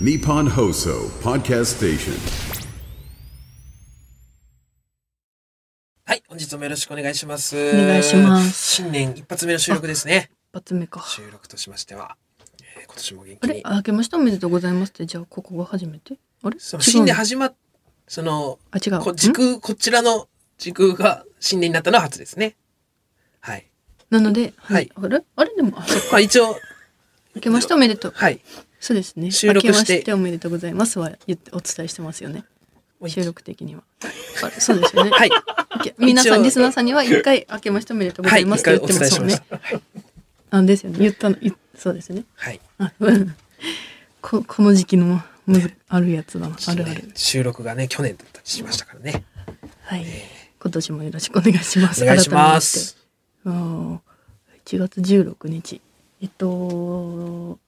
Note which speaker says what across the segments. Speaker 1: Nippon Hoso Podcast Station.
Speaker 2: はい、本日もよろしくお願いします。お
Speaker 3: 願いします
Speaker 2: 新年一発目の収録ですね。
Speaker 3: 一発目か。
Speaker 2: 収録としましては、えー今年も元
Speaker 3: あ
Speaker 2: 気
Speaker 3: れ
Speaker 2: に。
Speaker 3: あ明けましておめでとうございますって、じゃあここが初めてあれ
Speaker 2: その
Speaker 3: 違う
Speaker 2: 新年始まっ、その、
Speaker 3: あ、違う。
Speaker 2: こ
Speaker 3: ん
Speaker 2: 時空、こちらの時空が新年になったのは初ですね。はい。
Speaker 3: なので、
Speaker 2: はい
Speaker 3: あれあれでも、あそう
Speaker 2: まあ一応、
Speaker 3: 明けましておめでとう。
Speaker 2: はい。
Speaker 3: そうですね。
Speaker 2: 収録して
Speaker 3: 明けましておめでとうございますは言ってお伝えしてますよね。
Speaker 2: もう一
Speaker 3: 収録的には。あれそうですよ ね。
Speaker 2: はい。
Speaker 3: 明け皆さ
Speaker 2: 一応
Speaker 3: ん、リスナーさんには一回明けましておめでとうご
Speaker 2: は
Speaker 3: ざ
Speaker 2: い、
Speaker 3: いま
Speaker 2: 一
Speaker 3: すと
Speaker 2: 回
Speaker 3: 言
Speaker 2: お
Speaker 3: って
Speaker 2: 伝
Speaker 3: ま
Speaker 2: え
Speaker 3: す
Speaker 2: し
Speaker 3: よ
Speaker 2: まし
Speaker 3: ね
Speaker 2: た。。はい。
Speaker 3: あ、ですよね。言ったの、いそうですよね。
Speaker 2: はい。
Speaker 3: あ うんここの時期のむずあるやつだな。あるあ
Speaker 2: ちょっと
Speaker 3: る
Speaker 2: ね。収録がね、去年だったりしましたからね。
Speaker 3: はい。今年もよろしくお願いしま
Speaker 2: お
Speaker 3: す。
Speaker 2: 願いしま
Speaker 3: 改めて
Speaker 2: す。
Speaker 3: あ1月16日えっと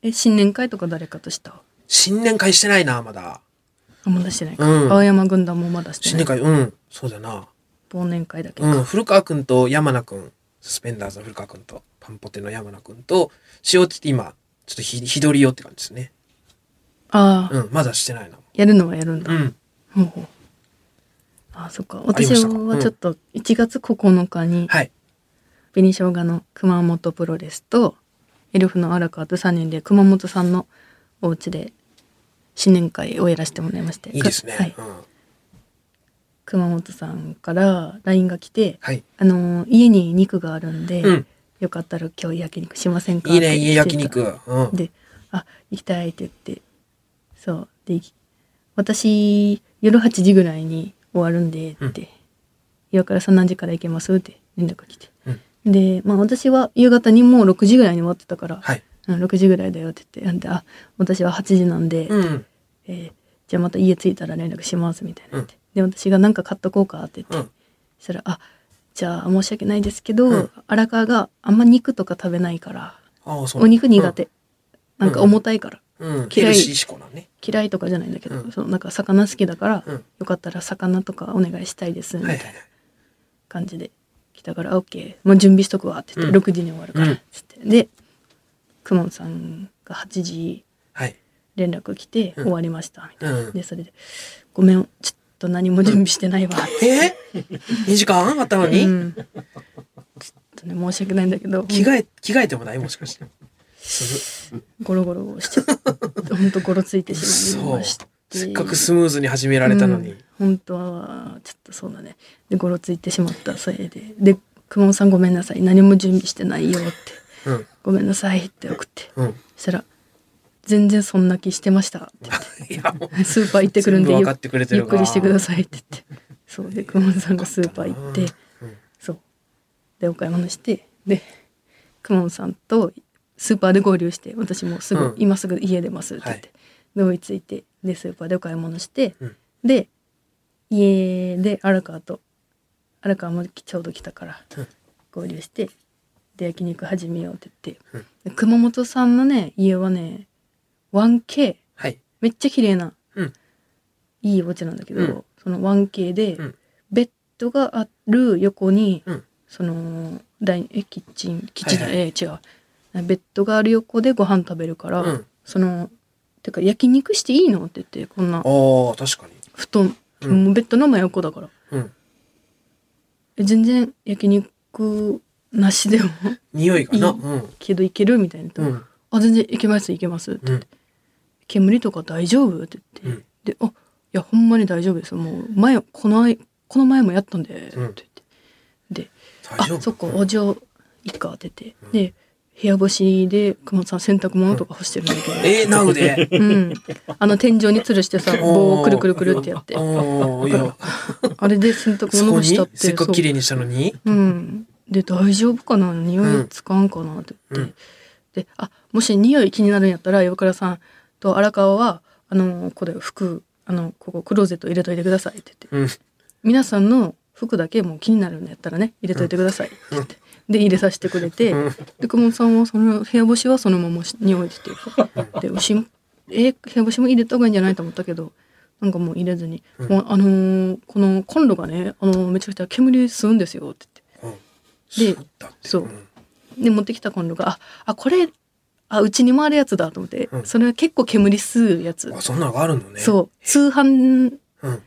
Speaker 3: え新年会とか誰かとした
Speaker 2: 新年会してないな、まだ。
Speaker 3: あまだしてないか、
Speaker 2: うん
Speaker 3: 青山軍団もまだして
Speaker 2: 新
Speaker 3: な
Speaker 2: 年
Speaker 3: い
Speaker 2: 会、うん、そうだな。
Speaker 3: 忘年会だけか、
Speaker 2: うん、古川くんと山名くん、サスペンダーズの古川くんと、パンポテの山名くんと、塩地って今、ちょっとひ、日取りよって感じですね。
Speaker 3: ああ、
Speaker 2: うん、まだしてないな。
Speaker 3: やるのはやるんだ、
Speaker 2: うん。
Speaker 3: ほうほうあそっか
Speaker 2: りま
Speaker 3: 私
Speaker 2: したか
Speaker 3: はちょっと1月9日に
Speaker 2: はい。
Speaker 3: 紅生姜の熊本プロレスとエルフの荒川と3人で熊本さんのお家で新年会をやらせてもらいまして
Speaker 2: いいですね。
Speaker 3: かはい、
Speaker 2: うん。
Speaker 3: 熊本さんから LINE が来て、
Speaker 2: はい。
Speaker 3: あのー家に肉があるんで、
Speaker 2: うん
Speaker 3: よかったら今日焼肉しませんか
Speaker 2: いいね、
Speaker 3: って
Speaker 2: 家
Speaker 3: 言って
Speaker 2: 焼
Speaker 3: た
Speaker 2: 肉。うん。
Speaker 3: で「あ行きたい」って言ってそうで行き私夜8時ぐらいに終わるんでって、今からそん何時から行けますって連絡が来て、でまあ私は夕方にもう6時ぐらいに終わってたから、
Speaker 2: はい。
Speaker 3: うん6時ぐらいだよって言ってであ私は8時なんで、
Speaker 2: うん。
Speaker 3: えーじゃあまた家着いたら連絡しますみたいな言って、で私が何か買っとこうかって言って、
Speaker 2: うん
Speaker 3: そしたら「あじゃあ申し訳ないですけど、
Speaker 2: うん
Speaker 3: 荒川があんま肉とか食べないから
Speaker 2: ああ、そう
Speaker 3: お肉苦。手、なんか重たいから、
Speaker 2: うん。うん
Speaker 3: 嫌い
Speaker 2: ヘルシー志向なんね。
Speaker 3: 嫌いとかじゃないんだけど、
Speaker 2: うん
Speaker 3: そのなんか魚好きだから、
Speaker 2: うん
Speaker 3: よかったら魚とかお願いしたいですみ
Speaker 2: は
Speaker 3: た
Speaker 2: い
Speaker 3: い
Speaker 2: は
Speaker 3: ない
Speaker 2: はい。
Speaker 3: 感じで来たから「オッケーもう準備しとくわ」って言って、
Speaker 2: うん
Speaker 3: 6時に終わるから
Speaker 2: う
Speaker 3: っ
Speaker 2: ん
Speaker 3: つって、でくもんさんが8時
Speaker 2: はい。
Speaker 3: 連絡来て
Speaker 2: うん
Speaker 3: 終わりましたみたいな。
Speaker 2: うん。
Speaker 3: でそれで「ごめんちょっと何も準備してないわ」
Speaker 2: え二 ?2 時間あったの
Speaker 3: う
Speaker 2: に
Speaker 3: ん、ちょっとね申し訳ないんだけど
Speaker 2: 着替え、着替えてもないもしかして。
Speaker 3: ゴロゴロしちゃってほんとゴロついてしまい
Speaker 2: そう
Speaker 3: まして。
Speaker 2: せっかくスムーズに始められたのに。
Speaker 3: うん本当はちょっとそうだねでゴロついてしまったせいでで「熊本さんごめんなさい何も準備してないよ」って
Speaker 2: うん。
Speaker 3: 「ごめんなさい」って送って
Speaker 2: うん。
Speaker 3: そしたら「全然そんな気してました」って
Speaker 2: いや、もう。
Speaker 3: スーパー行ってくるんで
Speaker 2: 全部
Speaker 3: ゆ
Speaker 2: 分
Speaker 3: っ
Speaker 2: かってくれてる
Speaker 3: ゆっ
Speaker 2: わ
Speaker 3: くりしてくださいって言ってそうで熊本さんがスーパー行って
Speaker 2: うん
Speaker 3: そうでお買い物してで熊本さんとスーパーで合流して私もすぐ、
Speaker 2: うん
Speaker 3: 今すぐ家出ますって言って、で追いついてでスーパーでお買い物して、
Speaker 2: うん
Speaker 3: で家で荒川と荒川もちょうど来たから
Speaker 2: うん
Speaker 3: 合流してで焼肉始めようって言って、
Speaker 2: うん
Speaker 3: で熊本さんのね家はね 1K
Speaker 2: はい。
Speaker 3: めっちゃ綺麗な、
Speaker 2: うん
Speaker 3: いいお家なんだけど、
Speaker 2: うん
Speaker 3: その 1K で、
Speaker 2: うん
Speaker 3: ベッドがある横に、
Speaker 2: うん
Speaker 3: そのダイニえキッチンキッチンだ、
Speaker 2: は
Speaker 3: はい
Speaker 2: は
Speaker 3: え違うベッドがある横でご飯食べるから、
Speaker 2: うん
Speaker 3: そのてか焼肉していいのって言ってこんな
Speaker 2: ああ、確かに。
Speaker 3: 布団、
Speaker 2: うん
Speaker 3: もうベッドの真横だから
Speaker 2: うん。
Speaker 3: え全然焼肉なしでも
Speaker 2: 匂いがな。
Speaker 3: いい
Speaker 2: うん。
Speaker 3: けどいけるみたいな、
Speaker 2: うん。
Speaker 3: あ全然いけますいけます
Speaker 2: うん。
Speaker 3: 煙とか大丈夫って言って、で「あいやほんまに大丈夫ですもう前この間この前もやったんで」って言って、で「
Speaker 2: 大
Speaker 3: あ
Speaker 2: 丈夫
Speaker 3: そっかおじをいいか」って言って、で部屋干しで熊本さん洗濯物とか干してるんだけ
Speaker 2: えー、ナウで。
Speaker 3: ど、うん、あの天井に吊るしてさ 棒をくるくるくるってやって
Speaker 2: おーいや、
Speaker 3: あれで洗濯
Speaker 2: そ
Speaker 3: 物
Speaker 2: こ
Speaker 3: 干
Speaker 2: に
Speaker 3: したって
Speaker 2: せっかく
Speaker 3: そう
Speaker 2: 綺麗にしたのに。
Speaker 3: うん、で大丈夫かな匂いつかんかなって言って、であもし匂い気になるんやったら岩倉さんと荒川はあのこれ服あのここクローゼット入れといてくださいって言っ
Speaker 2: う
Speaker 3: て
Speaker 2: ん。
Speaker 3: 皆さんの服だけもう気になるんやったらね入れといてくださいって言って、で入れさせてくれて、
Speaker 2: うん
Speaker 3: で久保さんはその部屋干しはそのままし匂いって言ってで牛もえ部屋干しも入れた方がいいんじゃないと思ったけどなんかもう入れずに「もうあのーこのコンロがね、あのーめちゃくちゃ煙吸うんですよ」って言っ
Speaker 2: うん
Speaker 3: て。で
Speaker 2: だって
Speaker 3: そう
Speaker 2: うん
Speaker 3: で持ってきたコンロが「ああこれあうちにもあるやつだと思って、
Speaker 2: うん
Speaker 3: それは結構煙吸うやつ、
Speaker 2: あそんなのがあるのね
Speaker 3: そう通販
Speaker 2: う、ん、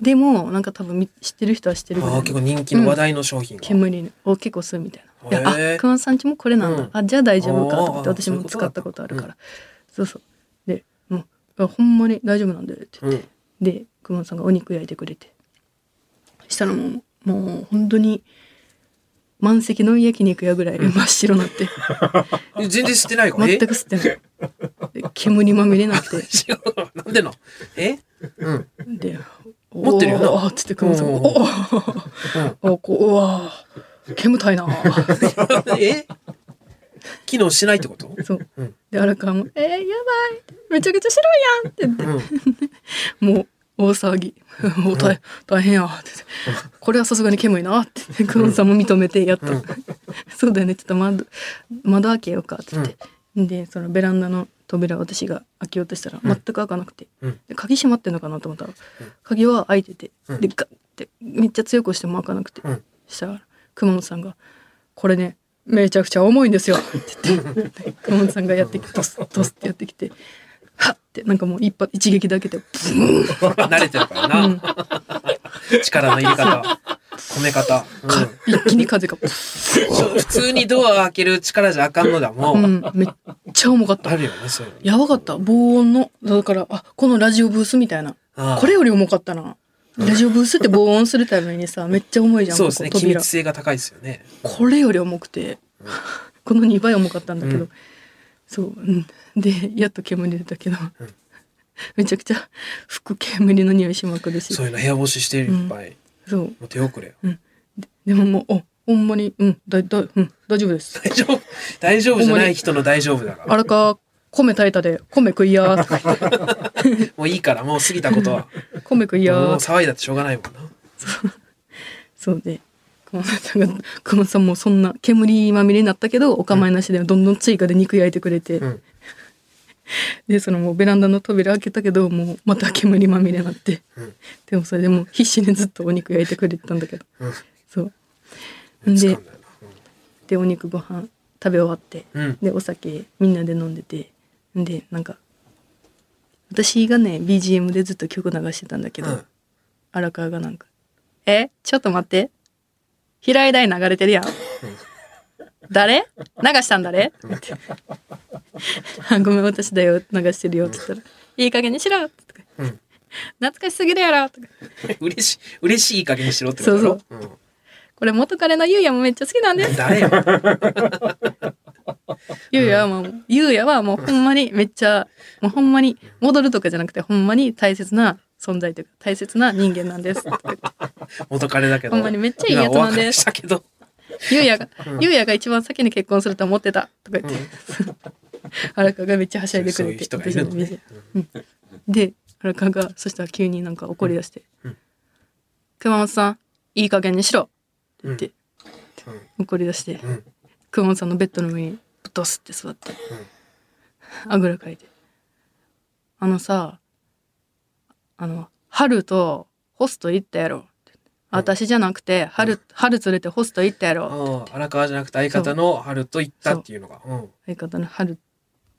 Speaker 3: でもなんか多分み知ってる人は知ってるぐ
Speaker 2: あ
Speaker 3: ら
Speaker 2: あ
Speaker 3: い
Speaker 2: 結構人気の話題の商品が、
Speaker 3: 煙を結構吸うみたいな。い
Speaker 2: へ
Speaker 3: や
Speaker 2: え
Speaker 3: あ熊さんちもこれなん
Speaker 2: う
Speaker 3: だ、
Speaker 2: ん
Speaker 3: あじゃあ大丈夫かと思って
Speaker 2: あー
Speaker 3: 私
Speaker 2: そうい
Speaker 3: も
Speaker 2: うこと
Speaker 3: 使ったことあるから
Speaker 2: だ
Speaker 3: そうそうでもうあほんまに大丈夫なんだよって、
Speaker 2: うん、
Speaker 3: で熊さんがお肉焼いてくれてしたらもうもう本当に満席の焼肉屋ぐらい真っ白になって、
Speaker 2: え 全然吸ってないから
Speaker 3: 全く吸ってないで煙まみれなくて
Speaker 2: えなんでなえ うん
Speaker 3: で
Speaker 2: 持ってるよな
Speaker 3: おーおーっつって熊さんが「
Speaker 2: うんうんうん
Speaker 3: おーおーこううわー煙たいなー」
Speaker 2: え機能しないってこと
Speaker 3: そう。
Speaker 2: うん
Speaker 3: で、荒川も、えー、やばいめちゃくちゃ白いやんって言って、
Speaker 2: うん
Speaker 3: もう、大騒ぎ。もう大大変 やって言ってこれはさすがに煙いなって言って、久保さんも認めて、やっと。
Speaker 2: うん
Speaker 3: そうだよね、ちょっと窓、窓開けようかって言って。で、そのベランダの扉を私が開けようとしたら、全く開かなくて。
Speaker 2: うん
Speaker 3: で鍵閉まってんのかなと思ったら、鍵は開いてて、
Speaker 2: うん
Speaker 3: で、ガッて、めっちゃ強く押しても開かなくて。
Speaker 2: うん
Speaker 3: したら熊本さんが「これねめちゃくちゃ重いんですよ」って言って熊本さんがやってきてドスドスってやってきて「はっ!」ってなんかもう一発一撃だけでブーン
Speaker 2: 慣れてるからな、
Speaker 3: うん
Speaker 2: 力の入れ 方込め方、
Speaker 3: か一気に風がブ
Speaker 2: うん普通にドア開ける力じゃあかんのだもん、
Speaker 3: ーン、うん、めっちゃ重かった
Speaker 2: あるよねそういうの
Speaker 3: やばかった防音のだからあこのラジオブースみたいな
Speaker 2: ああ
Speaker 3: これより重かったなラジオブースって防音するためにさめっちゃ重いじゃん
Speaker 2: そうですね
Speaker 3: ここ
Speaker 2: 機
Speaker 3: 扉
Speaker 2: 密性が高いですよね
Speaker 3: これより重くて、この2倍重かったんだけど、
Speaker 2: うん
Speaker 3: そう、うん、でやっと煙出たけど、めちゃくちゃ服煙の匂いしまくるし
Speaker 2: そ
Speaker 3: そう
Speaker 2: ういうの部屋干ししてるいっぱい、もう手遅れよ
Speaker 3: でももうおほんまにうんだだ、うん、大丈夫です
Speaker 2: 大丈夫 大丈夫じゃない人の大丈夫だから
Speaker 3: 荒川米炊いたで米食いやーとか言って
Speaker 2: もういいからもう過ぎたことは
Speaker 3: 米 食いや
Speaker 2: もう
Speaker 3: ー
Speaker 2: 騒いだってしょうがないもんな
Speaker 3: そうで熊田さんが熊田さんもそんな煙まみれになったけどお構いなしでどんどん追加で肉焼いてくれて、
Speaker 2: うん
Speaker 3: でそのもうベランダの扉開けたけどもうまた煙まみれになって、
Speaker 2: ん
Speaker 3: でもそれでもう必死にずっとお肉焼いてくれてたんだけど
Speaker 2: うん
Speaker 3: そう
Speaker 2: 疲
Speaker 3: で
Speaker 2: んだよな
Speaker 3: でお肉ご飯食べ終わって、
Speaker 2: うん
Speaker 3: でお酒みんなで飲んでてでなんか私がね BGM でずっと曲流してたんだけど、
Speaker 2: うん
Speaker 3: 荒川がなんか「えちょっと待って平井大流れてるやん」誰流したんだれ?」ってあごめん私だよ流してるよ」って言ったら「いい加減にしろ」とか
Speaker 2: うん
Speaker 3: 「懐かしすぎるやろ」とか
Speaker 2: 嬉しい嬉しいいい加減にしろってことだろう、
Speaker 3: 「これ元彼のゆうやもめっちゃ好きなんで
Speaker 2: ん、
Speaker 3: す
Speaker 2: 誰 よ
Speaker 3: ゆうやはもうゆうやはもうほんまにめっちゃもうほんまに戻るとかじゃなくてほんまに大切な存在というか大切な人間なんです」とか言って
Speaker 2: 元彼だけど
Speaker 3: ほんまにめっちゃいいやつな
Speaker 2: 今お
Speaker 3: んです
Speaker 2: 別れしたけど
Speaker 3: ゆうやが、ゆうやが一番先に結婚すると思ってたとか言って、荒川がめっちゃはしゃいでくれて、
Speaker 2: そういう人がいるのね
Speaker 3: 私の店うんで、荒川が、そしたら急になんか怒り出して、熊本さん、いい加減にしろって言って、怒り出して、
Speaker 2: ん
Speaker 3: 熊本さんのベッドの上にぶとすって座って、あぐらかいて。あのさ、あの、春とホスト行ったやろ。私じゃなくて、春、春連れてホスト行ったやろ。
Speaker 2: ああ荒川じゃなくて相方の春と行ったっていうのがうん
Speaker 3: 相方の春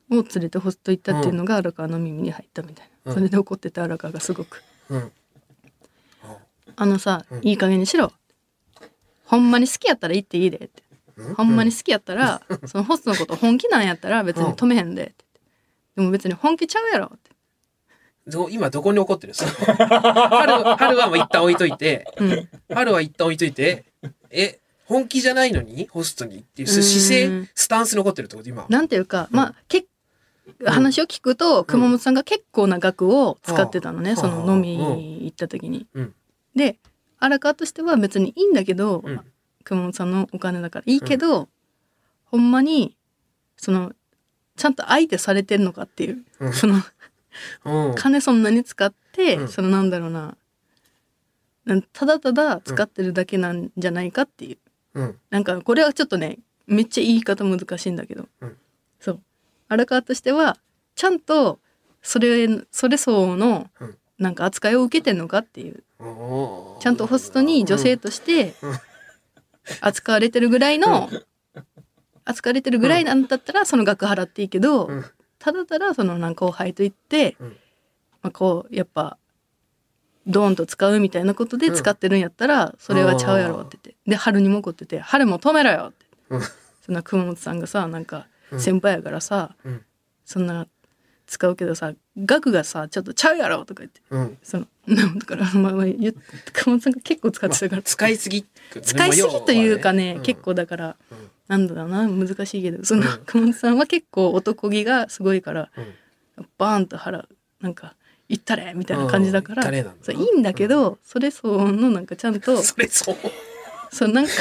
Speaker 3: を連れてホスト行ったっていうのが荒川の耳に入ったみたい
Speaker 2: う
Speaker 3: な、
Speaker 2: ん
Speaker 3: それで怒ってた荒川がすごく
Speaker 2: うん
Speaker 3: 「あのさ、いい加減にしろほんまに好きやったら行っていいで」って「ほんまに好きやったら、そのホストのこと本気なんやったら別に止めへんで」ってでも別に本気ちゃうやろ」って
Speaker 2: ど今どこに怒ってるんですか春春はもう一旦置いといて、春は一旦置いといてえ本気じゃないのにホストにっていう
Speaker 3: うーん
Speaker 2: 姿勢スタンスに怒ってるってこと今
Speaker 3: なんていうかまあけ話を聞くと熊本さんが結構な額を使ってたのね、
Speaker 2: うん
Speaker 3: その飲みに行った時に。
Speaker 2: うん
Speaker 3: で荒川としては別にいいんだけど、
Speaker 2: うん
Speaker 3: 熊本さんのお金だからいいけど、ほんまにそのちゃんと相手されてんのかっていう、
Speaker 2: うん
Speaker 3: その
Speaker 2: うん
Speaker 3: 金そんなに使って、
Speaker 2: うん
Speaker 3: そのなんだろうななんただただ使ってるだけなんじゃないかっていう、
Speaker 2: うん
Speaker 3: なんかこれはちょっとねめっちゃ言い方難しいんだけど、
Speaker 2: うん
Speaker 3: そう荒川としてはちゃんとそれそれ相応の
Speaker 2: うん
Speaker 3: なんか扱いを受けてんのかっていう
Speaker 2: おー
Speaker 3: ちゃんとホストに女性として扱われてるぐらいの扱われてるぐらいなんだったらその額払っていいけど、
Speaker 2: うん
Speaker 3: ただただそのなんか後輩と言って、
Speaker 2: うん
Speaker 3: まあ、こうやっぱドーンと使うみたいなことで使ってるんやったらそれはちゃうやろって言ってで春にも怒ってて「春も止めろよ!」って、
Speaker 2: うん
Speaker 3: そんな熊本さんがさなんか
Speaker 2: うん
Speaker 3: 先輩やからさ、
Speaker 2: うん
Speaker 3: そんな使うけどさ額がさちょっとちゃうやろとか言って
Speaker 2: うん。
Speaker 3: そのだからまあまあ言っ熊本さんが結構使ってたから、
Speaker 2: 使いすぎ。
Speaker 3: 使いすぎというかね、
Speaker 2: まあ
Speaker 3: 結。構だから、
Speaker 2: うん
Speaker 3: なんだろうな難しいけどその
Speaker 2: うん
Speaker 3: 熊本さんは結構男気がすごいから、
Speaker 2: 要はね
Speaker 3: バーンと腹なんか「行ったれ!」みたいな感じだか
Speaker 2: うん行
Speaker 3: ら、
Speaker 2: ったれなんだ
Speaker 3: そういいんだけど、それ相応のなんかちゃん
Speaker 2: う
Speaker 3: と
Speaker 2: んそれそう。
Speaker 3: そうなんか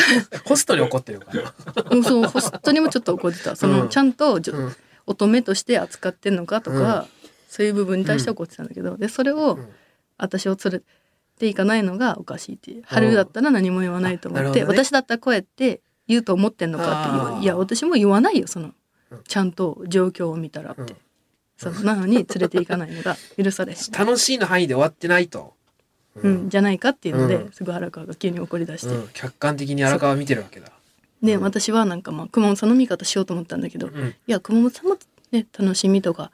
Speaker 2: ホストに怒ってるから。
Speaker 3: うんそうホストにもちょっと怒ってたその、
Speaker 2: うん
Speaker 3: ちゃんとじょ、
Speaker 2: うん
Speaker 3: 乙女として扱ってんのかとか、
Speaker 2: う
Speaker 3: そういう部分に対して怒ってたんだけど、でそれを、
Speaker 2: うん
Speaker 3: 私を連れていかないのがおかしいっていう春だったら何も言わないと思
Speaker 2: あな
Speaker 3: っ
Speaker 2: る
Speaker 3: て、
Speaker 2: ほどね
Speaker 3: 私だったらこうやって言うと思ってんのかって
Speaker 2: あ
Speaker 3: い
Speaker 2: ー
Speaker 3: ういや私も言わないよその
Speaker 2: うん
Speaker 3: ちゃんと状況を見たらって、
Speaker 2: うん
Speaker 3: そうなのに連れていかないのが 許されへん、
Speaker 2: 楽しいの範囲で終わってないと。
Speaker 3: う。ん、じゃないかっていうので、
Speaker 2: うん
Speaker 3: すぐ荒川が急に怒り出して、
Speaker 2: うん客観的に荒川を見てるわけだ。
Speaker 3: で私はなんかまあ熊本さんの味方しようと思ったんだけど、
Speaker 2: ん
Speaker 3: いや熊本さんもね楽しみとか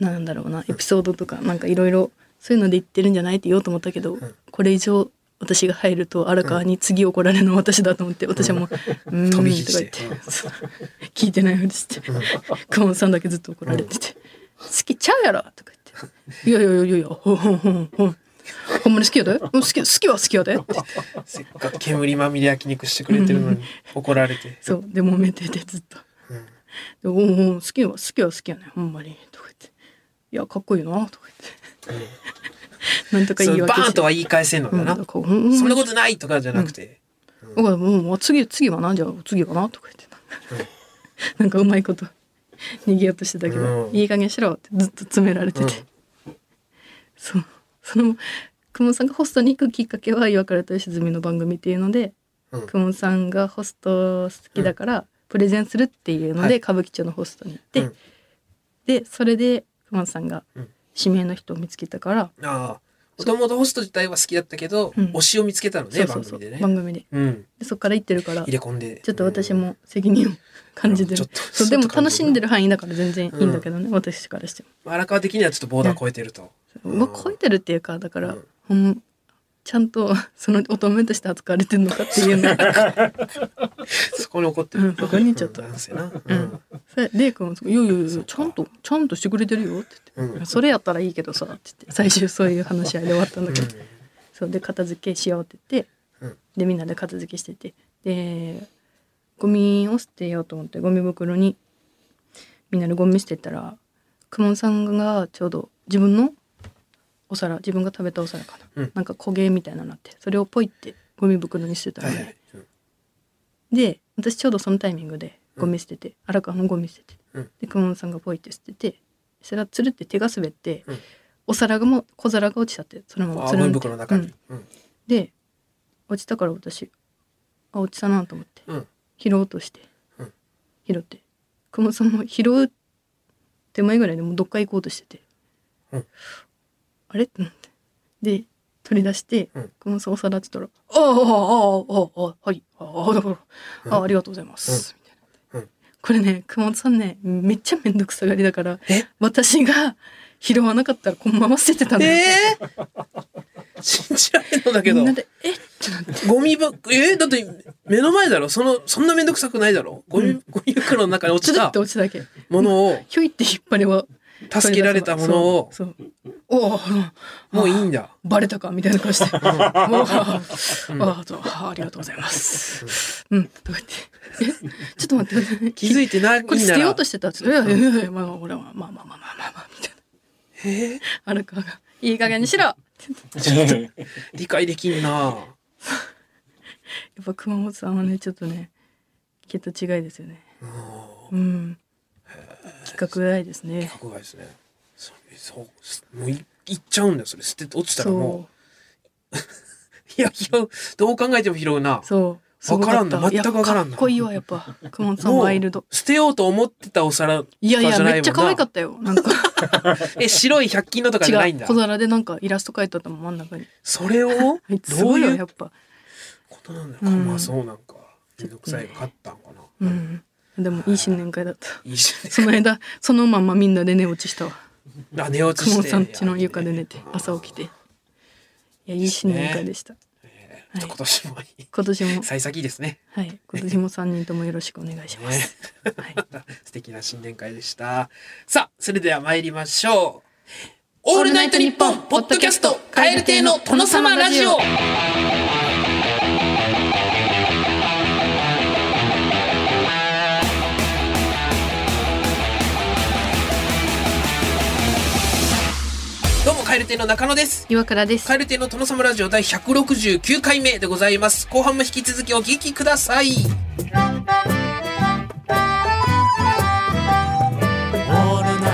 Speaker 3: なんだろうなエピソードとかなんかいろいろそういうので言ってるんじゃないって言おうと思ったけど、これ以上私が入ると荒川に次怒られるのは私だと思って私はもう「うーん」と
Speaker 2: 飛
Speaker 3: か
Speaker 2: び
Speaker 3: 言
Speaker 2: 火して
Speaker 3: ってそう聞いてないふりして熊本さんだけずっと怒られてて「好きちゃうやろ」とか言って「いやいやいやいやほんほんほんほんほんまに好きやでうん好き好きは好きやで」って言って
Speaker 2: せっかく煙まみれ焼肉してくれてるのに怒られて。
Speaker 3: そうで揉めててずっと。でおうおう好きは好きは好きやねほんまに」とか言って「いやかっこいいな」とか言って、 なんとか
Speaker 2: そ
Speaker 3: 言い
Speaker 2: れバ
Speaker 3: 訳
Speaker 2: ーン
Speaker 3: し
Speaker 2: と
Speaker 3: て
Speaker 2: は言い返せんのだな。
Speaker 3: う
Speaker 2: そ
Speaker 3: んほんまに
Speaker 2: んなことないとかじゃなくて。
Speaker 3: 「だからもう次次はなじゃあ次はな」とか言って なんかうまいこと逃げようとしてたけど「
Speaker 2: うん
Speaker 3: いい加減しろ」ってずっと詰められてて、そうその久保さんがホストに行くきっかけは岩倉と良純の番組っていうので
Speaker 2: うん
Speaker 3: 久保、さんがホスト好きだからプレゼンするっていうので、
Speaker 2: はい
Speaker 3: 歌舞伎町のホストに行って、
Speaker 2: うん
Speaker 3: でそれで久保さんが
Speaker 2: うん
Speaker 3: 指名の人を見つけたから、
Speaker 2: ああ。もともとホスト自体は好きだったけど、
Speaker 3: うん
Speaker 2: 推しを見つけたの
Speaker 3: そ
Speaker 2: ね、
Speaker 3: うそ
Speaker 2: 番
Speaker 3: うそう
Speaker 2: 組でね。
Speaker 3: 番組で
Speaker 2: うん。
Speaker 3: でそっから行ってるから
Speaker 2: 入れ込んで。
Speaker 3: ちょっと私も責任を感じて
Speaker 2: ちょ
Speaker 3: る
Speaker 2: っと
Speaker 3: そうでも
Speaker 2: ちょっと感
Speaker 3: 楽
Speaker 2: じ
Speaker 3: し
Speaker 2: る
Speaker 3: んでる範囲だから全然いいんだけどね、私からしても。
Speaker 2: うん。荒川的にはちょっとボーダー超えてると。
Speaker 3: まあ、超えてるっていうかだから、
Speaker 2: うん
Speaker 3: ほんちゃんと その乙女として扱われてるのかっていうのが
Speaker 2: そこに怒って
Speaker 3: う
Speaker 2: る
Speaker 3: ん。そこにちょっと
Speaker 2: なんせな。
Speaker 3: う
Speaker 2: うんん。
Speaker 3: それでこういやいやいやちゃんとちゃんとしてくれてるよ」って言って、
Speaker 2: うん
Speaker 3: それやったらいいけどさ」って言って最終そういう話し合いで終わったんだけど、そうで片付けしようって言って、
Speaker 2: うん
Speaker 3: でみんなで片付けしててでゴミを捨てようと思ってゴミ袋にみんなでゴミ捨てたら久門さんがちょうど自分のお皿自分が食べたお皿かな、
Speaker 2: うん
Speaker 3: なんか焦げみたいなのあってそれをポイってゴミ袋に捨てた
Speaker 2: は
Speaker 3: の
Speaker 2: い
Speaker 3: ね、
Speaker 2: はい。うん
Speaker 3: で私ちょうどそのタイミングでゴミ捨てて、荒川もゴミ捨てて、
Speaker 2: うん
Speaker 3: で熊本さんがポイって捨ててそれはつるって手が滑って、
Speaker 2: うん
Speaker 3: お皿がもう小皿が落ちちゃってそのまま
Speaker 2: あ
Speaker 3: つ
Speaker 2: あ、
Speaker 3: る
Speaker 2: ゴミ
Speaker 3: んって
Speaker 2: 袋の中
Speaker 3: うん
Speaker 2: に。うん。
Speaker 3: で落ちたから私あ落ちたなと思って
Speaker 2: うん。
Speaker 3: 拾おうとして、
Speaker 2: うん
Speaker 3: 拾って熊本さんも拾う手前ぐらいでもうどっか行こうとしてて、
Speaker 2: うん
Speaker 3: あれってなってで取り出して、
Speaker 2: うん
Speaker 3: 熊本さんお皿って言ったら「ああああああああはいああだからああありがとうございます」みたいな、
Speaker 2: うん
Speaker 3: これね熊本さんねめっちゃ面倒くさがりだから
Speaker 2: え
Speaker 3: 私が拾わなかったらこのまま捨ててたんだよ、
Speaker 2: えー 信じられんのだけ
Speaker 3: み
Speaker 2: ど
Speaker 3: んな。で「えっ?」てなって
Speaker 2: ゴミぶ、えーだって目の前だろその、そんなめんどくさくないだろゴミ、ゴミ袋の中に落
Speaker 3: ち
Speaker 2: ち
Speaker 3: ょったと落ちただけ
Speaker 2: ものを、
Speaker 3: ひょいって引っ張れば
Speaker 2: 助けられたものを、
Speaker 3: そうそうおお
Speaker 2: もういいんだ。
Speaker 3: バレたかみたい な顔して「おーあーそうあーありがとうございます」うんとか言ってえ「ちょっと待って
Speaker 2: 気づいてないん
Speaker 3: これ捨
Speaker 2: な
Speaker 3: てよう
Speaker 2: ら
Speaker 3: と、してた」って言って「いやいやいやいやまあ俺はまあまあまあまあまあまあ」みたいな
Speaker 2: えー
Speaker 3: 荒川が「いい加減にしろ!」や
Speaker 2: 理解できんな
Speaker 3: っぱ熊本さんはねちょっとね毛と違いですよねうん企画外ですね
Speaker 2: 迫害ですね。そそうす、もういいっちゃうんだよ、それ。捨てて、落ちたらも。
Speaker 3: そう
Speaker 2: いや、拾う。どう考えても拾うな
Speaker 3: う。そうすごっ
Speaker 2: わ
Speaker 3: た
Speaker 2: からんな全くわからんない
Speaker 3: やかっこいいわやっぱ熊本さん
Speaker 2: もう
Speaker 3: ワイルド
Speaker 2: 捨てようと思ってたお皿とか
Speaker 3: い
Speaker 2: じ
Speaker 3: や
Speaker 2: ゃ
Speaker 3: い
Speaker 2: ない
Speaker 3: や
Speaker 2: もんな。
Speaker 3: めっちゃ可愛かったよ なんか
Speaker 2: え、白い100均のとかじゃないんだ
Speaker 3: 小。皿でなんかイラスト描いてあったもん真ん中に
Speaker 2: それを
Speaker 3: あいつす
Speaker 2: ど
Speaker 3: ご
Speaker 2: う
Speaker 3: いよ
Speaker 2: い
Speaker 3: や
Speaker 2: う
Speaker 3: っぱ
Speaker 2: ことなんだろ
Speaker 3: う
Speaker 2: う。
Speaker 3: ん
Speaker 2: まあそうなんか。めんどくさいが勝ったんかな。
Speaker 3: うんでもいい新年会だった。
Speaker 2: いいじゃ
Speaker 3: その間、そのまんまみんなで寝落ちしたわ。
Speaker 2: ん。あ、寝落ち
Speaker 3: 久
Speaker 2: し
Speaker 3: 本
Speaker 2: て。
Speaker 3: さん家の床で寝て、朝起きて。いや、いい新年会でした。
Speaker 2: えーちょっと今年もいい。
Speaker 3: 今年も、
Speaker 2: 幸先いいですね。
Speaker 3: はい、今年も三人ともよろしくお願いします。はい。
Speaker 2: 素敵な新年会でした。さあ、それでは参りましょう。オールナイトニッポンポッドキャスト、カエル亭の殿様ラジオ。どうも、カエル亭の中野です。
Speaker 3: 岩倉です
Speaker 2: カ。エル亭の殿様ラジオ第169回目でございます。後半も引き続きお聞きくださ
Speaker 4: オ
Speaker 2: い。
Speaker 4: ールナ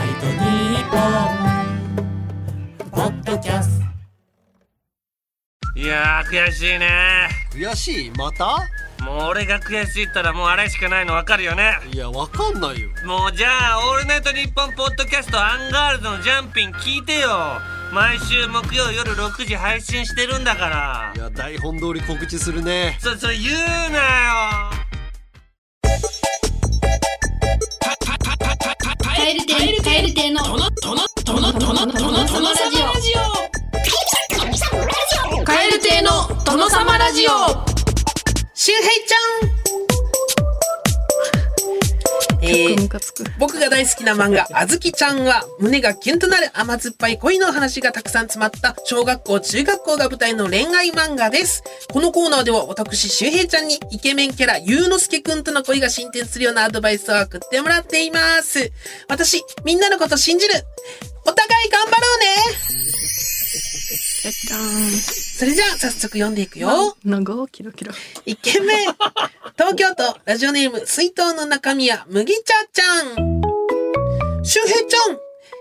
Speaker 4: イトニッポン」ポッドキャス
Speaker 5: いやー悔しいね
Speaker 6: 悔しいまた
Speaker 5: もう俺が悔しいったらもうあれしかないの分かるよね
Speaker 6: いやわかんないよ
Speaker 5: もうじゃあ「オールナイトニッポン」ポッドキャストアンガールズのジャンピン聞いてよ毎週木曜夜6時配信してるんだから
Speaker 6: いや台本通り告知するね
Speaker 5: そそれ言うなよ
Speaker 7: カエル亭カエル亭の殿殿殿殿殿様ラジオカエル亭の殿様ラジオ
Speaker 2: 周平ちゃんえ
Speaker 3: 曲
Speaker 2: ー
Speaker 3: ムカつく。
Speaker 2: 僕が大好きな漫画、あずきちゃんは、胸がキュンとなる甘酸っぱい恋の話がたくさん詰まった、小学校、中学校が舞台の恋愛漫画です。このコーナーでは、私、周平ちゃんに、イケメンキャラ、ゆうのすけくんとの恋が進展するようなアドバイスを送ってもらっています。私、みんなのこと信じる。お互い頑張ろうね
Speaker 3: じゃじゃー
Speaker 2: それじゃあ、早速読んでいくよ。
Speaker 3: ん。長キロキロ。
Speaker 2: イケメン東京都ラジオネーム水筒の中身は麦茶ちゃん周平ちゃん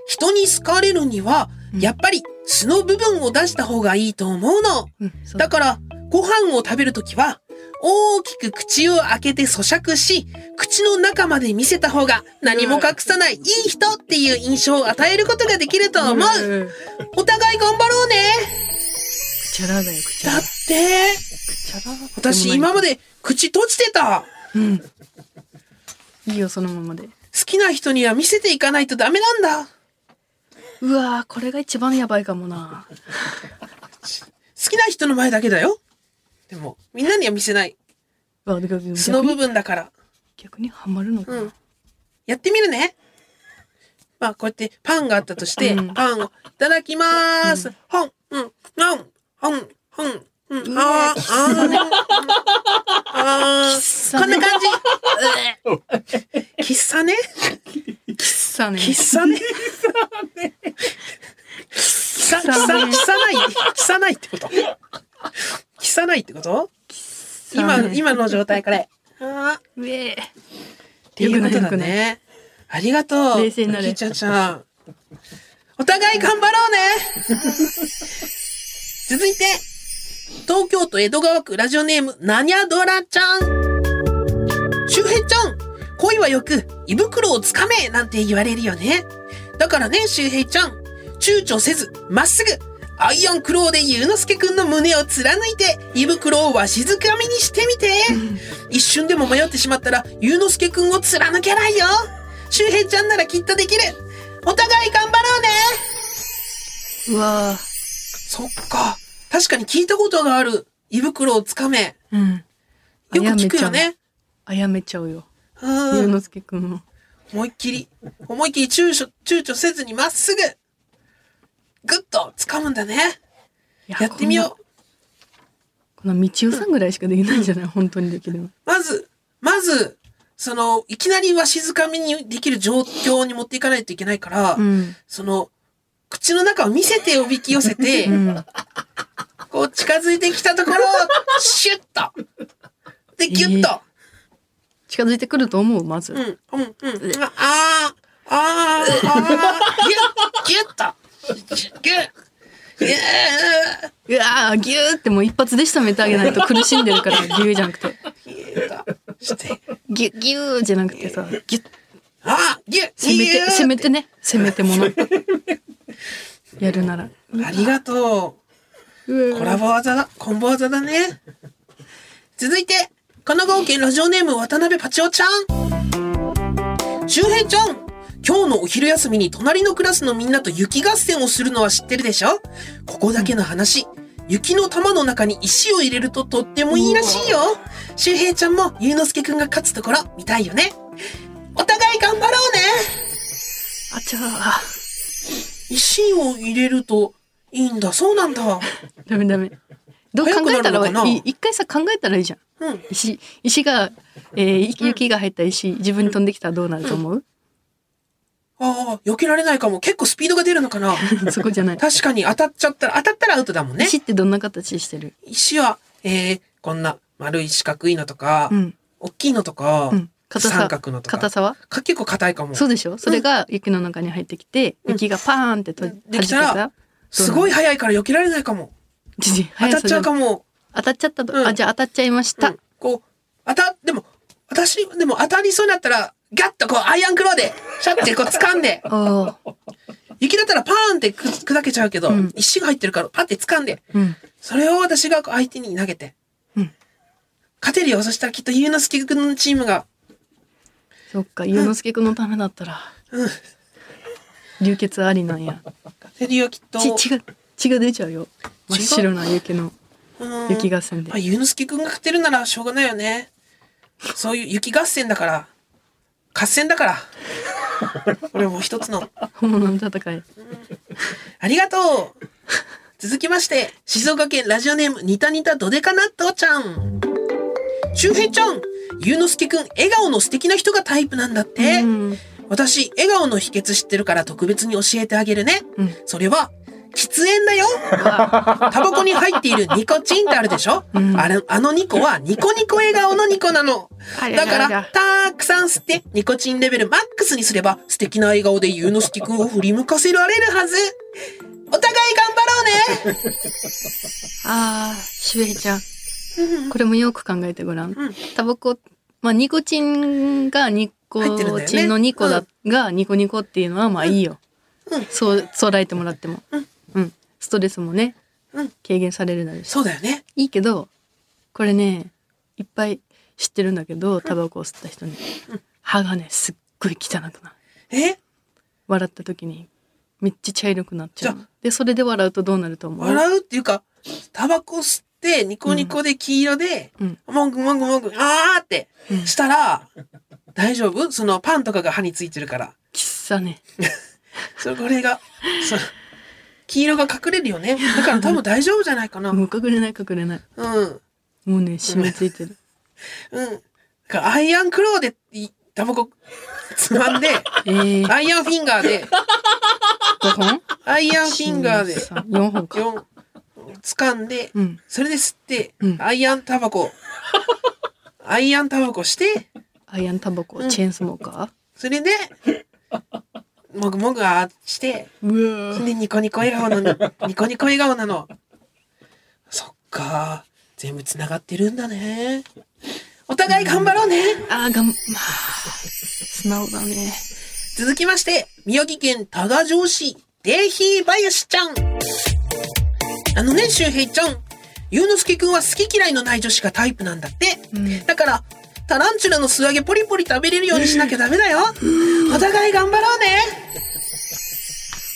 Speaker 2: 人に好かれるにはやっぱり素の部分を出した方がいいと思うの
Speaker 3: うん、そう
Speaker 2: だからご飯を食べるときは大きく口を開けて咀嚼し口の中まで見せた方が何も隠さないいい人っていう印象を与えることができると思う
Speaker 3: うん
Speaker 2: お互い頑張ろうね
Speaker 3: くちゃらだよ、くちゃ
Speaker 2: だ
Speaker 3: ら。
Speaker 2: っ
Speaker 3: く
Speaker 2: て
Speaker 3: ちゃらだ
Speaker 2: 私今まで口閉じてた
Speaker 3: うん。いいよ、そのままで。
Speaker 2: 好きな人には見せていかないとダメなんだ。
Speaker 3: うわー、これが一番やばいかもな。
Speaker 2: 好きな人の前だけだよ。でも、みんなには見せない。
Speaker 3: うわ逆に
Speaker 2: 素の部分だから。
Speaker 3: 逆にハマるのかな、
Speaker 2: うんやってみるね。まあ、こうやってパンがあったとして、
Speaker 3: うん
Speaker 2: パンをいただきまーす。ほん、うん、ほん、ほん、ほん、うん、あー、あー、うんあー、こんな感じ。 喫茶ね。
Speaker 3: 喫茶ね
Speaker 2: 喫茶ね。喫茶、
Speaker 3: ね
Speaker 2: 喫茶、喫茶ない、喫茶ないってこと。喫茶ないってこと。今、今の状態これ。ああ、っ
Speaker 3: うえ
Speaker 2: ていうことだ
Speaker 3: よくない
Speaker 2: ね。ありがとう。
Speaker 3: 冷静になれ
Speaker 2: ゆきちゃんちゃん。お互い頑張 ろうね。続いて。東京都江戸川区ラジオネーム、なにゃドラちゃん。周平ちゃん、恋はよく胃袋をつかめなんて言われるよね。だからね、周平ちゃん、躊躇せず、まっすぐ、アイアンクローでゆうのすけくんの胸を貫いて、胃袋をわしづかみにしてみて。一瞬でも迷ってしまったら、ゆうのすけくんを貫けないよ。周平ちゃんならきっとできる。お互い頑張ろうね。
Speaker 3: うわ
Speaker 2: そっか。確かに聞いたことがある。胃袋をつかめ。
Speaker 3: ーうん
Speaker 2: よく聞くよね。
Speaker 3: あやめちゃうよ
Speaker 2: うん
Speaker 3: 龍之介くんも
Speaker 2: 思いっきり、思いっきり躊躇、躊躇せずにまっすぐ、ぐっと掴むんだね。
Speaker 3: や
Speaker 2: やってみよう。
Speaker 3: この道夫さんぐらいしかできないんじゃない本当にできるの
Speaker 2: まず、まず、その、いきなりわしづかみにできる状況に持っていかないといけないから、
Speaker 3: うん
Speaker 2: その、口の中を見せておびき寄せて、
Speaker 3: うん
Speaker 2: こう近づいてきたところを、シュッと。で、ギュッと。
Speaker 3: 近づいてくると思うまず、
Speaker 2: うん、うん、うん。ああー、あー、あー、ギュッ、ギュッと。ギュッ。ギュッ
Speaker 3: うわーギューってもう一発で仕留めてあげないと苦しんでるからギューじゃなくて
Speaker 2: ギュッとして。
Speaker 3: ギュギューじゃなくてさギュッ
Speaker 2: あギュッ
Speaker 3: せめ
Speaker 2: ギュ
Speaker 3: て
Speaker 2: ッ
Speaker 3: せめてねせめても のやるなら
Speaker 2: ありがと
Speaker 3: う
Speaker 2: う。コラボ技だ、コンボ技だね。続いて、神奈川県ラジオネーム渡辺パチオちゃん。周平ちゃん今日のお昼休みに隣のクラスのみんなと雪合戦をするのは知ってるでしょここだけの話、雪の玉の中に石を入れるととってもいいらしいよ周平ちゃんもゆうのすけくんが勝つところ見たいよねお互い頑張ろうね
Speaker 3: あちゃあ。
Speaker 2: 石を入れるといいんだそうなんだ
Speaker 3: ダメダメ。どう考
Speaker 2: 早くな
Speaker 3: えた
Speaker 2: るのからない
Speaker 3: い一回さ考えたらいいじゃん。
Speaker 2: うん
Speaker 3: 石石が、えーい雪が入った石自分に飛んできたらどうなると思う？
Speaker 2: ああ避けられないかも結構スピードが出るのか な
Speaker 3: そこじゃない。
Speaker 2: 確かに当たっちゃったら当たったらアウトだもんね
Speaker 3: 石ってどんな形してる？
Speaker 2: 石は、えー、こんな丸い四角いのとか、
Speaker 3: うん
Speaker 2: 大きいのとか、
Speaker 3: うん。
Speaker 2: 三角のとか
Speaker 3: 硬さは？
Speaker 2: か結構硬いかも
Speaker 3: そうでしょ。それが雪の中に入ってきて、雪がパーンってと、
Speaker 2: う
Speaker 3: 弾
Speaker 2: んで
Speaker 3: け
Speaker 2: きたら
Speaker 3: ら
Speaker 2: すごい早いから避けられないかも
Speaker 3: じじ
Speaker 2: 当たっちゃうかも、
Speaker 3: 当たっちゃったと、
Speaker 2: うん
Speaker 3: あじゃあ当たっちゃいまし
Speaker 2: う
Speaker 3: た。
Speaker 2: ん、こう当たでも私でも当たりそうになったらガッとこうアイアンクローでシャッてこう掴んで
Speaker 3: おー
Speaker 2: 雪だったらパーンってく砕けちゃうけど、
Speaker 3: うん
Speaker 2: 石が入ってるからパッて掴んで
Speaker 3: うん。
Speaker 2: それを私がこう相手に投げて、
Speaker 3: うん
Speaker 2: 勝てるよそしたらきっとゆうのすけくんのチームが
Speaker 3: そっか、ゆうのすけくんのためだったら、
Speaker 2: うん
Speaker 3: 流血ありなんや。
Speaker 2: 勝てるよきっと
Speaker 3: 血血が血が出ちゃうよ。真っ白な雪の
Speaker 2: うん
Speaker 3: 雪合戦で
Speaker 2: まあ、。ゆうのすけくんが勝てるならしょうがないよね。そういう雪合戦だから、合戦だ から。これも一つの。
Speaker 3: 本物の戦い。
Speaker 2: ありがとう続きまして、静岡県ラジオネーム、ニタニタドデカ納豆ちゃん。周平ちゃん、ゆうのすけくん、笑顔の素敵な人がタイプなんだって。
Speaker 3: うん
Speaker 2: 私、笑顔の秘訣知ってるから特別に教えてあげるね。
Speaker 3: うん
Speaker 2: それは、喫煙だ よタバコに入っているニコチンってあるでしょ、
Speaker 3: うん
Speaker 2: あれあのニコはニコニコ笑顔のニコなの。
Speaker 3: あり
Speaker 2: だ
Speaker 3: ゃりゃ
Speaker 2: か
Speaker 3: りゃ
Speaker 2: ら、たくさん吸って、ニコチンレベルマックスにすれば、素敵な笑顔でゆうのすきくんを振り向かせられるはず。お互い頑張ろうね
Speaker 3: ああ、シュエイちゃん。 これもよく考えてごらん
Speaker 2: ん。
Speaker 3: タバコ、まあ、ニコチンがニ
Speaker 2: 入ってるんだよ
Speaker 3: コ
Speaker 2: ね
Speaker 3: チンのニコだ、がニコニコっていうのはまあいいよ。
Speaker 2: うん
Speaker 3: そう、そうらえてもらっても。
Speaker 2: うん。
Speaker 3: ストレスもね、
Speaker 2: うん
Speaker 3: 軽減されるだろうし。
Speaker 2: そうだよね。
Speaker 3: いいけど、これね、いっぱい知ってるんだけど、タバコを吸った人に。歯がね、すっごい汚くなる。
Speaker 2: え
Speaker 3: 笑った時に、めっちゃ茶色くなっちゃう
Speaker 2: じゃ
Speaker 3: の。で、それで笑うとどうなると思う
Speaker 2: 笑うっていうか、タバコ吸って、ニコニコで黄色で、
Speaker 3: うん
Speaker 2: もんぐもんぐもんぐ、あーって
Speaker 3: うん
Speaker 2: したら、大丈夫そのパンとかが歯についてるから。
Speaker 3: きっさね。
Speaker 2: それこれが、そう黄色が隠れるよね。だから多分大丈夫じゃないかな。うん。
Speaker 3: もう隠れない隠れない。
Speaker 2: うん。
Speaker 3: もうね、染みつい てる。
Speaker 2: だからアイアンクローでい、タバコつまん で、
Speaker 3: ええー、
Speaker 2: アイアンフィンガーで、
Speaker 3: 5本
Speaker 2: アイアンフィンガーで、
Speaker 3: 4本か。
Speaker 2: 4、掴んで、
Speaker 3: うん。
Speaker 2: それで吸って、
Speaker 3: うん
Speaker 2: アイアンタバコ、アイアンタバコして、
Speaker 3: アイアンタバコ、チェーンスモーカ
Speaker 2: それで、もぐもぐあーして、
Speaker 3: ーうわ
Speaker 2: で、ニコニコ笑顔なの。ニコニコ笑顔なの。そっか。全部繋がってるんだね。お互い頑張ろうね。
Speaker 3: あーがん、まあ、素直だね。
Speaker 2: 続きまして、宮城県多賀城市、デイヒーバヤシちゃん。あのね、周平ちゃん。ゆうのすけくんは好き嫌いのない女子がタイプなんだって。
Speaker 3: うん
Speaker 2: だから、タランチュラの素揚げポリポリ食べれるようにしなきゃダメだよ。お互い頑張ろうね。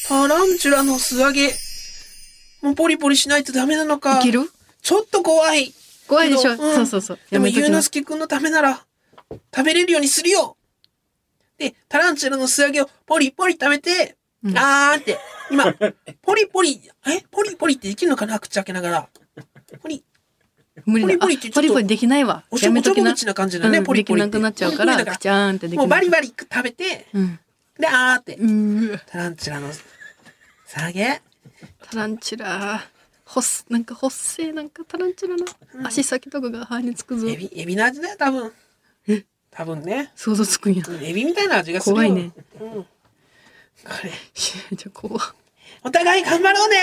Speaker 2: タランチュラの素揚げ。もうポリポリしないとダメなのか。
Speaker 3: いける
Speaker 2: ちょっと怖い。
Speaker 3: 怖いでしょ、
Speaker 2: けどん
Speaker 3: そうそうそう。
Speaker 2: で
Speaker 3: や
Speaker 2: も、
Speaker 3: めと
Speaker 2: ゆう
Speaker 3: き
Speaker 2: の
Speaker 3: ますす。
Speaker 2: けくんのためなら、食べれるようにするよで、タランチュラの素揚げをポリポリ食べて、
Speaker 3: うん
Speaker 2: あーって、今、ポリポリ、えポリポリってできるのかな口開けながら。ポリ、
Speaker 3: 無理だ。あ
Speaker 2: ポリポリってちょっと
Speaker 3: ポリポリできないわ
Speaker 2: お。し
Speaker 3: や
Speaker 2: ょ
Speaker 3: め
Speaker 2: おち
Speaker 3: と
Speaker 2: ょ
Speaker 3: き
Speaker 2: ぼ
Speaker 3: な。
Speaker 2: 口な感じだね、
Speaker 3: うん
Speaker 2: ポリポリ
Speaker 3: で
Speaker 2: っ
Speaker 3: き
Speaker 2: て。
Speaker 3: なくなっちゃうか
Speaker 2: ポリポ
Speaker 3: ら、
Speaker 2: リだ
Speaker 3: くちゃーんってでき
Speaker 2: もうバリ
Speaker 3: バ
Speaker 2: バリ食べて、
Speaker 3: リ。うん。
Speaker 2: で、あーって、
Speaker 3: うー
Speaker 2: タランチュラの、下げ。
Speaker 3: タランチュラー。ほっす、なんかほっせーなんかタランチュラの足先とかが歯につくぞ。
Speaker 2: エビ、エビの味だよ、多分。多分ね。
Speaker 3: 想像つくんや。
Speaker 2: うんエビみたいな味がするよ。
Speaker 3: 怖いね
Speaker 2: うん。これ、
Speaker 3: しじゃあ怖っ
Speaker 2: お互い頑張ろ うね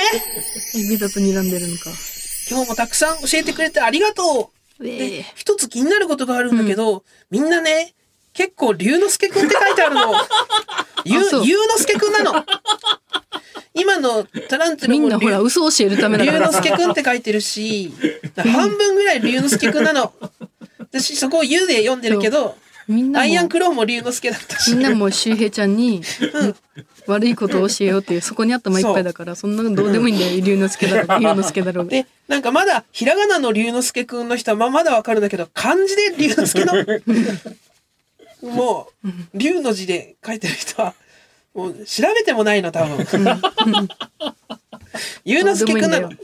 Speaker 3: エビだと睨んでるのか。
Speaker 2: 今日もたくさん教えてくれてありがとう
Speaker 3: うえ
Speaker 2: で、一つ気になることがあるんだけど、みんなね、結構、龍之介くんって書いてある の。ゆ
Speaker 3: あそ、う
Speaker 2: ゆうのすけくんなの。今のタランチュラ
Speaker 3: みん
Speaker 2: も
Speaker 3: なほら、嘘を教えるためだ
Speaker 2: 龍
Speaker 3: か
Speaker 2: 之
Speaker 3: ら。
Speaker 2: 介くんって書いてる し、半分ぐらい龍之介くんなの。私そこを「ゆ」で読んでるけど、
Speaker 3: みんな
Speaker 2: アイアン
Speaker 3: も
Speaker 2: クローも龍之介だったし
Speaker 3: みんなも周平ちゃんに悪いことを教えようっていうそこにあったまいっぱいだからそんなのどうでもいいんだよ龍之介だろう龍之介だろうが
Speaker 2: で、なんかまだ、ひらがなの龍之介くんの人はまあまだわかるんだけど、漢字で龍之 介の、もう、龍の字で書いてる人は、もう調べてもないの、多分。 龍
Speaker 3: どう
Speaker 2: 之
Speaker 3: で
Speaker 2: 介く
Speaker 3: もいい
Speaker 2: ん
Speaker 3: んだ
Speaker 2: なの
Speaker 3: よ。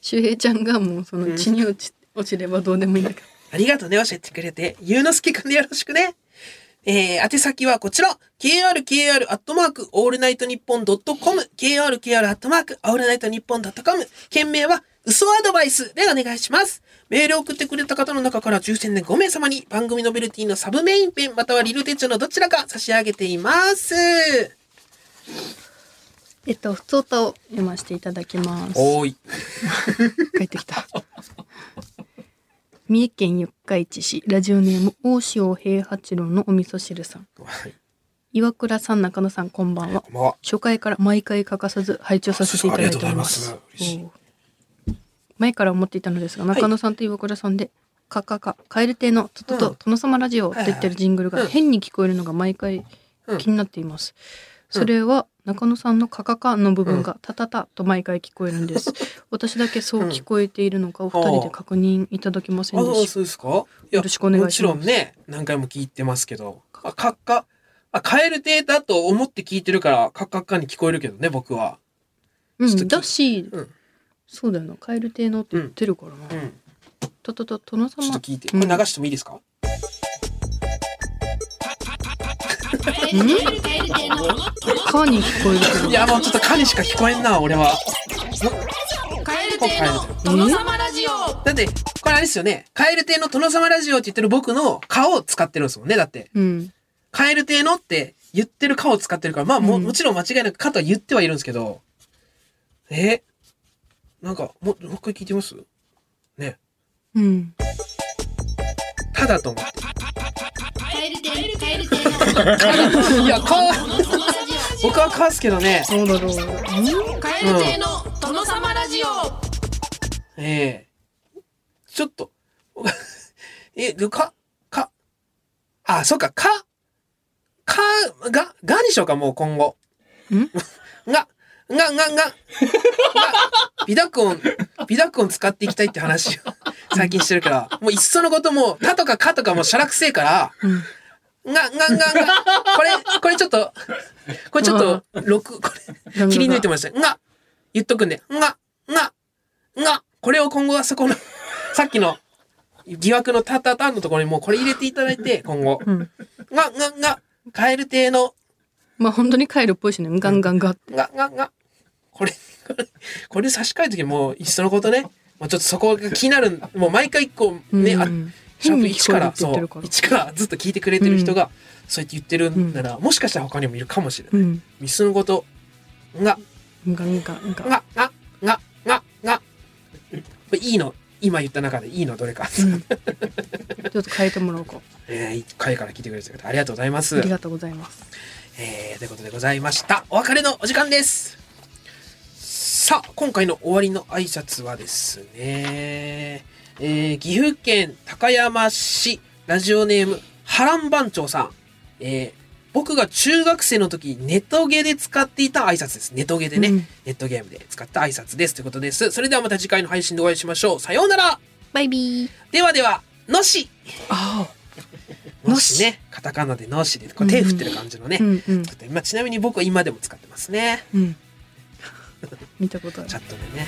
Speaker 3: 周平ちゃんがもうその血に落ち,、落ちればどうでもいいんだから
Speaker 2: ありがとうね、教えてくれて。ゆうのすけくんでよろしくね。えー、宛先はこちら。krkr アットマークオールナイトニッポンドットコム。krkr アットマークオールナイトニッポンドットコム。件名は嘘アドバイスでお願いします。メールを送ってくれた方の中から抽選で5名様に番組ノベルティのサブメインペンまたはリル手帳のどちらか差し上げています。
Speaker 3: えっと普通歌を読ませていただきます
Speaker 8: おーい。
Speaker 3: 帰ってきた。三重県四日市市、ラジオネーム、大塩平八郎のお味噌汁さん。岩倉さん、中野さん、こんばんは。
Speaker 8: んばんは
Speaker 3: 初回から毎回欠かさず拝聴させていただいておりま
Speaker 8: あ
Speaker 3: す。
Speaker 8: りがとうございます
Speaker 3: おー前から思っていたのですが、中野さんと岩倉さんで、カカカ、カエル亭のトトト、殿様ラジオと言ってるジングルが変に聞こえるのが毎回気になっています。それは中野さんのカカカの部分がタタタと毎回聞こえるん です。私だけそう聞こえているのかお二人で確認いただけませんでしょうか。
Speaker 2: うですか
Speaker 3: よろしくお願いします
Speaker 2: もちろんね、
Speaker 8: 何回も聞いてますけど。
Speaker 2: カッカッ。あ、カエル亭だと思って聞いてるから、カッカッカに聞こえるけどね、僕は。
Speaker 3: う
Speaker 2: ちょっと聞
Speaker 3: ん、
Speaker 2: い
Speaker 3: だし、
Speaker 2: うん
Speaker 3: そうだよな、カエル亭のって言ってるからな。
Speaker 2: うんうん
Speaker 3: トトト殿様。
Speaker 2: ちょっと聞いて。こ
Speaker 3: うん
Speaker 2: れ流してもいいですか、
Speaker 3: カに聞こえるけど
Speaker 2: いや、もうちょっと彼しか聞こえんな、俺は。
Speaker 7: 蛙亭の殿様ラジオ
Speaker 2: だって、これあれですよね。カエル亭の殿様ラジオって言ってる僕の顔を使ってるんですもんね。だって、
Speaker 3: うん。
Speaker 2: カエル亭のって言ってる顔を使ってるから、まあも,、
Speaker 3: うん
Speaker 2: もちろん間違いなく肩は言ってはいるんですけど。えなんか、もう、もう一回聞いてみますね。
Speaker 3: うん。
Speaker 2: ただと思って。
Speaker 7: 蛙亭蛙亭の
Speaker 2: いや、か、
Speaker 7: 殿様ラジオ
Speaker 2: 僕はかわすけどね。
Speaker 3: そうだろう。
Speaker 7: 蛙亭の殿様ラジオ
Speaker 2: ええちょっと、 え、でか、か、あ、そうか、か、か、が、がにしようか、もう今後。
Speaker 3: ん
Speaker 2: が、が、が、が、が、 美濁音、美濁音使っていきたいって話を最近してるから、もういっそのこともう、たとかかとかもうしゃらくせえから、
Speaker 3: うん。
Speaker 2: が、が、が、が、これ、これちょっと、これちょっと、録、これ、切り抜いてました。が、言っとくんで、が、が、が、これを今後はそこの、さっきの疑惑のタタタンのところにもうこれ入れていただいて、今後。
Speaker 3: うん。
Speaker 2: が、が、が、カエル亭の、
Speaker 3: まあ本当にカエルっぽいしね。ガンガンガって。
Speaker 2: が、が、が、これ、これ、これ差し替えるときもう、いっそのことね、もうちょっとそこが気になる、もう毎回こう、ね、あ
Speaker 3: うん
Speaker 2: シャー
Speaker 3: 変
Speaker 2: プ
Speaker 3: に
Speaker 2: 1か
Speaker 3: 聞こえるっ
Speaker 2: ら、
Speaker 3: て言
Speaker 2: そ
Speaker 3: って
Speaker 2: う、
Speaker 3: るから。
Speaker 2: 1からずっと聞いてくれてる人が、そうやって言ってるんなら、もしかしたら他にもいるかもしれない。
Speaker 3: うん。
Speaker 2: ミスのこと、が、
Speaker 3: ガンガンガ。
Speaker 2: が、が、が、が、が、これいいの、今言った中でいいのどれか。
Speaker 3: うん。ちょっと変えてもらおうか。
Speaker 2: えー、1回から聞いてくれてる方ありがとうございま
Speaker 3: あ
Speaker 2: す
Speaker 3: り。がとうございます。
Speaker 2: えー、ということでございました。お別れのお時間です。さあ、今回の終わりの挨拶はですね、えー、岐阜県高山市、ラジオネーム、波乱番長さん。えー、僕が中学生の時、ネトゲで使っていた挨拶です。ネトゲでね、
Speaker 3: うん
Speaker 2: ネットゲームで使った挨拶です。ということです。それではまた次回の配信でお会いしましょう。さようなら
Speaker 3: バイビー。
Speaker 2: ではでは、のし
Speaker 3: あ
Speaker 2: のしね、カタカナでのしで、こう手振ってる感じのね、
Speaker 3: あ。うんうん
Speaker 2: 使ってまあ ちなみに僕は今でも使ってますね
Speaker 3: うん。見たことある
Speaker 2: チャ。ットでね